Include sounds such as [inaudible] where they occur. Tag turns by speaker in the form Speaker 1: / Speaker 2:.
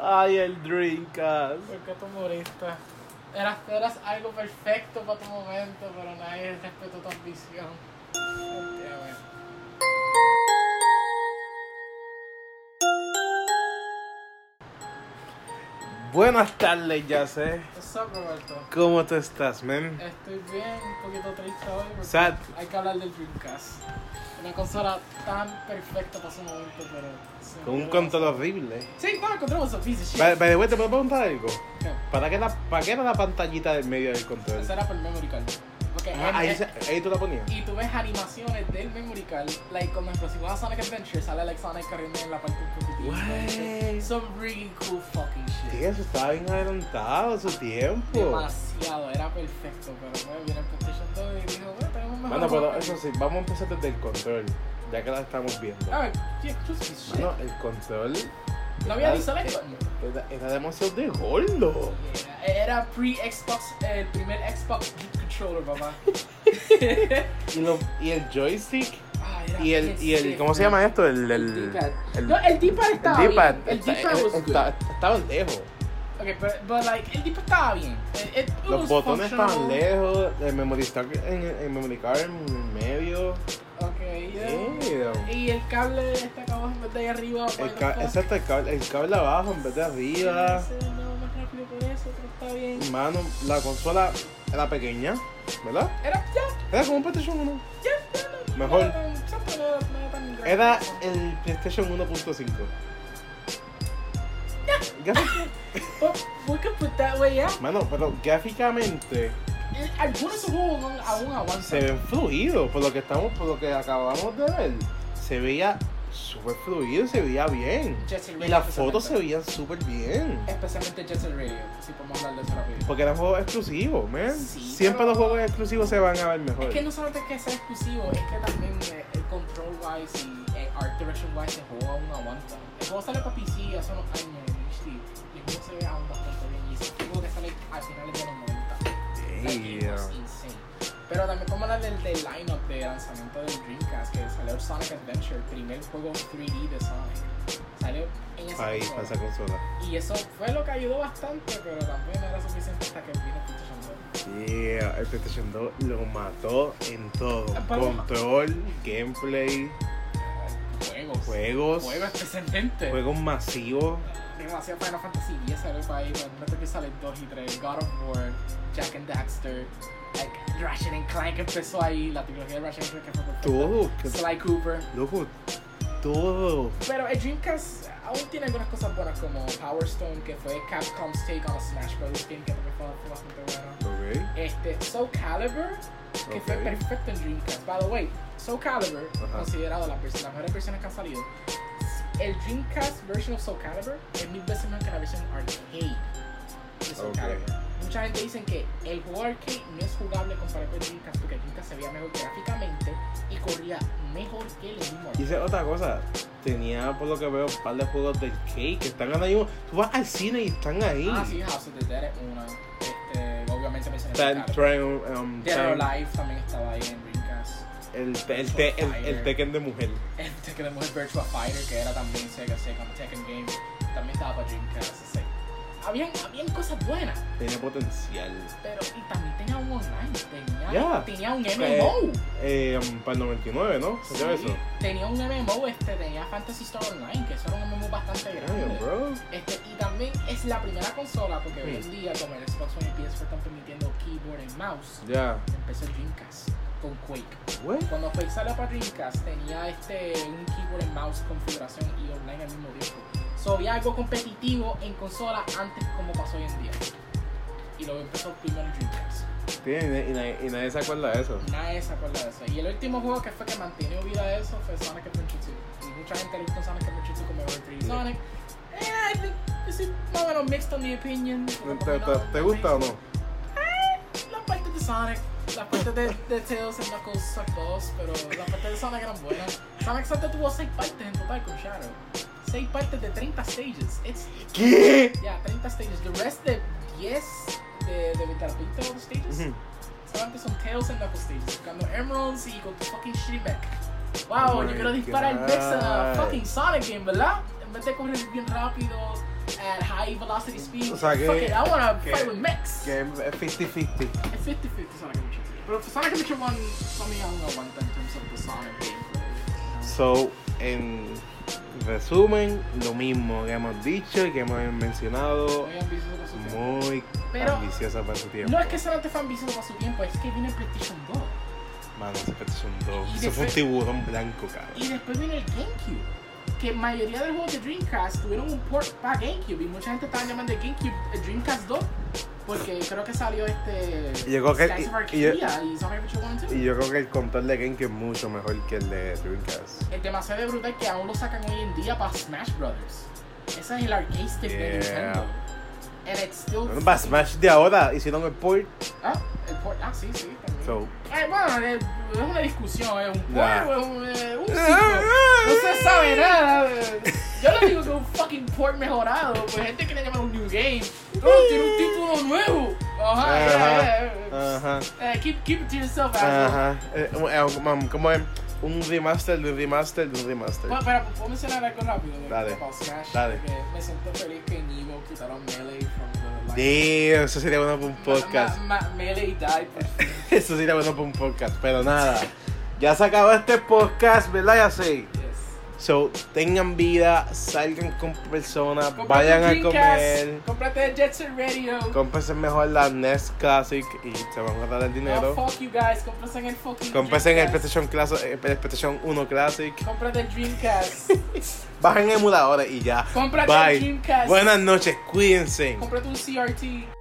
Speaker 1: Ay, el Dreamcast.
Speaker 2: ¿Por qué tú moriste? Eras, tú eras algo perfecto para tu momento, pero nadie respetó tu ambición. Entiéndeme.
Speaker 1: Buenas tardes, ya sé.
Speaker 2: What's up, Roberto?
Speaker 1: ¿Cómo tú estás, men?
Speaker 2: Estoy bien, un poquito triste hoy porque
Speaker 1: Sad.
Speaker 2: hay que hablar del Dreamcast. Una consola tan perfecta para su momento, pero... se
Speaker 1: Con un
Speaker 2: encontró-
Speaker 1: control horrible.
Speaker 2: Sí, no, encontramos un piece of shit.
Speaker 1: By by the way, ¿te puedo preguntar algo?
Speaker 2: ¿Qué?
Speaker 1: ¿Para qué, la, ¿Para qué era la pantallita del medio del control?
Speaker 2: Esa era por memory card. eh, Porque
Speaker 1: Ah,
Speaker 2: en-
Speaker 1: ahí, se- ahí tú la ponías.
Speaker 2: y tú ves animaciones del memory card, like como si a Sonic Adventure, sale Alex Sonic corriendo en la parte un poquitito.
Speaker 1: Wey.
Speaker 2: Some really cool fucking shit.
Speaker 1: Sí, eso estaba bien adelantado a su tiempo.
Speaker 2: Demasiado, era perfecto, pero bueno, viene el PlayStation 2 y dijo, bueno, tenemos mejor.
Speaker 1: Bueno, pero
Speaker 2: juego".
Speaker 1: eso sí, vamos a empezar desde el control, ya que la estamos viendo.
Speaker 2: A ver, yeah, just this shit.
Speaker 1: Bueno, el control
Speaker 2: no había ni
Speaker 1: era-
Speaker 2: select button.
Speaker 1: era, era demasiado de gordo.
Speaker 2: Yeah, Era pre-Xbox, el primer Xbox controller, papá.
Speaker 1: Y, lo- y el joystick.
Speaker 2: Ah, era
Speaker 1: Y el, y el,
Speaker 2: bien
Speaker 1: ¿cómo se llama este? esto? El, el,
Speaker 3: El D-pad.
Speaker 1: el-
Speaker 2: sick. No, el D-pad
Speaker 1: el
Speaker 2: estaba
Speaker 1: D-pad.
Speaker 2: bien. El
Speaker 1: está-
Speaker 2: D-pad was good.
Speaker 1: está- Estaba lejos.
Speaker 2: Okay, but, but like el tipo estaba bien. It- it- it
Speaker 1: Los
Speaker 2: was
Speaker 1: botones estaban
Speaker 2: functional.
Speaker 1: lejos. El memory card en, el memory card en el medio.
Speaker 2: Okay, yeah.
Speaker 1: Eh. Damn.
Speaker 2: Y el cable está acá abajo en vez de ahí arriba.
Speaker 1: El
Speaker 2: what the
Speaker 1: ca-
Speaker 2: fuck?
Speaker 1: exacto, el cable, el cable abajo en vez de arriba.
Speaker 2: Sí, no, más rápido por eso, pero está bien.
Speaker 1: Mano, la consola era pequeña, ¿verdad?
Speaker 2: Era ya,
Speaker 1: Era como un PlayStation 1.
Speaker 2: ya, ya, no, no
Speaker 1: Mejor.
Speaker 2: era tan- exacto, no era- no era tan grande.
Speaker 1: Era el PlayStation 1.5. Grafi-
Speaker 2: But we could put that way, yeah.
Speaker 1: Mano, pero gráficamente
Speaker 2: Eh, Algunos de esos juegos aún- aún
Speaker 1: se
Speaker 2: avanzan.
Speaker 1: ven fluidos. Por lo que estamos, por lo que acabamos de ver. Se veía súper fluido y se veía bien.
Speaker 2: Jet Set
Speaker 1: Y
Speaker 2: Radio
Speaker 1: las fotos se
Speaker 2: especialmente.
Speaker 1: veían súper bien.
Speaker 2: Especialmente Jet Set Radio, si podemos hablar de eso rápido.
Speaker 1: Porque eran juegos exclusivos, man.
Speaker 2: Sí,
Speaker 1: Siempre
Speaker 2: pero-
Speaker 1: los juegos exclusivos se van a ver mejor.
Speaker 2: Es que no solamente es que sea exclusivo, es que también eh, el control wise y eh, art direction wise el juego aún aguanta. El juego sale para PC hace unos años en HD y el juego se ve aún bastante bien y es un juego que sale a finales de los 90. Like, it
Speaker 1: Damn.
Speaker 2: was insane. Pero también como la del, del lineup de lanzamiento del Dreamcast que salió Sonic Adventure, el primer juego 3D de Sonic. Salió en esa
Speaker 1: Ahí,
Speaker 2: consola.
Speaker 1: para esa consola.
Speaker 2: Y eso fue lo que ayudó bastante, pero también no era suficiente hasta que vino PlayStation 2.
Speaker 1: Yeah, el PlayStation 2 lo mató en todo.
Speaker 2: Ah, para-
Speaker 1: Control, gameplay,
Speaker 2: Juegos.
Speaker 1: juegos,
Speaker 2: Juegos especialmente.
Speaker 1: juegos masivos.
Speaker 2: Demasiado Final Fantasy X salió para ahí, pero no que sale 2 y 3, God of War, Jack and Daxter, like, Ratchet and Clank empezó ahí, la trilogía de Ratchet and Clank que fue perfecta.
Speaker 1: Todo. que-
Speaker 2: Sly Cooper.
Speaker 1: Loco, todo.
Speaker 2: Pero el Dreamcast aún tiene algunas cosas buenas como Power Stone, que fue Capcom's take on a Smash Bros. game, que también fue, fue bastante bueno.
Speaker 1: Ok.
Speaker 2: Este, Soul Calibur, que fue
Speaker 1: Ok.
Speaker 2: perfecto en Dreamcast. By the way, Soul Calibur,
Speaker 1: Ajá.
Speaker 2: considerado la pers- las mejores versiones que han salido, el Dreamcast version of Soul Calibur es mil veces mejor que la versión arcade de Soul
Speaker 1: Ok.
Speaker 2: Calibur. Mucha gente dice que el juego arcade no es jugable comparado con el Dreamcast porque el Dreamcast se veía mejor gráficamente y corría mejor que el mismo
Speaker 1: Y
Speaker 2: arcade.
Speaker 1: esa es otra cosa. Tenía, por lo que veo, un par de juegos del cake que están ahí. Tú vas al cine y están ahí.
Speaker 2: Ah, sí, House of the Dead es una. Este, obviamente mencioné Soul
Speaker 1: Está el
Speaker 2: Calibur.
Speaker 1: Triumph, um,
Speaker 2: Dead or
Speaker 1: Triumph-
Speaker 2: Alive también estaba ahí en Dreamcast.
Speaker 1: El, el, te- el, el Tekken de mujer.
Speaker 2: el Tekken de Mujer Virtua Fighter, que era también Sega, Sega Tekken Game, también estaba para Dreamcast, así. Habían, habían cosas buenas,
Speaker 1: Tenía potencial.
Speaker 2: pero y también tenía un online, tenía,
Speaker 1: Ya.
Speaker 2: tenía un MMO.
Speaker 1: Eh, um, para el 99, ¿no?
Speaker 2: Sí,
Speaker 1: ¿Salió Pues eso?
Speaker 2: Tenía un MMO, este, tenía Fantasy Star Online, que eso era un MMO bastante grande.
Speaker 1: Damn, bro.
Speaker 2: Este, y también es la primera consola, porque hoy en
Speaker 1: Mm.
Speaker 2: día, como el Xbox One y PS4 están permitiendo keyboard y mouse,
Speaker 1: Ya.
Speaker 2: empezó el Dreamcast con Quake.
Speaker 1: What?
Speaker 2: Cuando Quake salió para Dreamcast tenía este un keyboard and mouse configuración y online al mismo tiempo. So había algo competitivo en consola antes como pasó hoy en día. Y lo empezó primero en Dreamcast.
Speaker 1: Tiene- Y, nadie- y nadie se acuerda de eso.
Speaker 2: Nadie se acuerda de eso. Y el último juego que fue que mantenió vida de eso fue Sonic Adventure 2. Y mucha gente le gusta Sonic Adventure 2 como Overtree Sonic. Eh, I think this is más o menos mixed on the opinion.
Speaker 1: ¿Te, te- te- te gusta o no?
Speaker 2: Las partes de Sonic, las partes de, de Tails and Knuckles son dos, pero las partes de Sonic eran buenas. Sonic Santa tuvo seis partes en total con Shadow. Seis partes de 30 stages. It's,
Speaker 1: ¿Qué?
Speaker 2: yeah, 30 stages. The rest de 10 de, de, de las 20 otras stages solamente son Tails and Knuckles stages. Buscando Emeralds y con tu fucking Shrimek. Wow,
Speaker 1: Oh
Speaker 2: yo
Speaker 1: my
Speaker 2: quiero disparar el Vex en la
Speaker 1: God.
Speaker 2: fucking Sonic game, ¿verdad? En vez de correr bien rápido, at high velocity speed.
Speaker 1: O sea que-
Speaker 2: Fuck it, I wanna
Speaker 1: que-
Speaker 2: fight with mechs.
Speaker 1: [laughs] Que es 50-50.
Speaker 2: It's 50 50 Sonic Adventure 2. Pero for Sonic Adventure 1, something I don't know one time in terms of the Sonic gameplay.
Speaker 1: So, en resumen, lo mismo que hemos dicho y que hemos mencionado.
Speaker 2: Muy ambicioso con su tiempo.
Speaker 1: Muy
Speaker 2: Pero-
Speaker 1: ambiciosa para su tiempo.
Speaker 2: No es que Sonic fue ambicioso para su tiempo, es que viene el PlayStation 2.
Speaker 1: Mano, ese fue un dos.
Speaker 2: Y
Speaker 1: Eso fue un
Speaker 2: después-
Speaker 1: tiburón blanco, cabrón.
Speaker 2: Y después vino el GameCube. Que mayoría de los juegos de Dreamcast tuvieron un port para GameCube. Y mucha gente estaba llamando el GameCube el Dreamcast 2. Porque creo que salió este.
Speaker 1: Y llegó que-
Speaker 2: Skies of
Speaker 1: y- y-
Speaker 2: Arcadia y Sonic Adventure 1 y
Speaker 1: Y yo creo que el control de GameCube es mucho mejor que el de Dreamcast.
Speaker 2: 2. El demasiado de brutal que aún lo sacan hoy en día para Smash Brothers. Ese es el arcade stick de
Speaker 1: Yeah.
Speaker 2: Nintendo. And it's still.
Speaker 1: Bueno, Para Smash de ahora hicieron el port.
Speaker 2: Ah, el port. Ah, sí, sí. También.
Speaker 1: So,
Speaker 2: Eh, bueno, eh, es una discusión, es un
Speaker 1: Nah.
Speaker 2: juego, es un, eh, un ciclo. No se sabe nada. eh. Yo le digo que un fucking port mejorado, pues gente quiere llamar un new game. No, tiene un título nuevo. Ajá,
Speaker 1: Ajá,
Speaker 2: yeah, yeah, yeah.
Speaker 1: Ajá.
Speaker 2: Eh, keep, keep it to yourself, asshole.
Speaker 1: Ajá. Eh, eh, como- como es? Un remaster de un remaster de un remaster.
Speaker 2: Bueno, pero puedo mencionar algo rápido de-
Speaker 1: Dale,
Speaker 2: about Smash.
Speaker 1: dale.
Speaker 2: Porque me siento feliz que en Evo quitaron Melee from the like,
Speaker 1: Damn, eso sería bueno para un podcast.
Speaker 2: Ma- ma- ma- Melee pues, died. por fin.
Speaker 1: [laughs] Eso sería bueno para un podcast. Pero nada. Ya se acabó este podcast, ¿verdad? Ya sé.
Speaker 2: Yes.
Speaker 1: So, tengan vida, salgan con personas,
Speaker 2: Cómprate
Speaker 1: vayan a
Speaker 2: Dreamcast,
Speaker 1: comer.
Speaker 2: Cómprate el Jet Set Radio.
Speaker 1: Cómprense mejor la NES Classic y se van a guardar el
Speaker 2: Oh,
Speaker 1: dinero.
Speaker 2: fuck you guys. Cómprate el fucking
Speaker 1: Cómprense el
Speaker 2: Dreamcast.
Speaker 1: PlayStation, Classic- eh, PlayStation 1 Classic.
Speaker 2: Cómprate el Dreamcast.
Speaker 1: Bajen emuladores y ya.
Speaker 2: Cómprate el
Speaker 1: Bye.
Speaker 2: Dreamcast.
Speaker 1: Buenas noches, cuídense.
Speaker 2: Cómprate un CRT.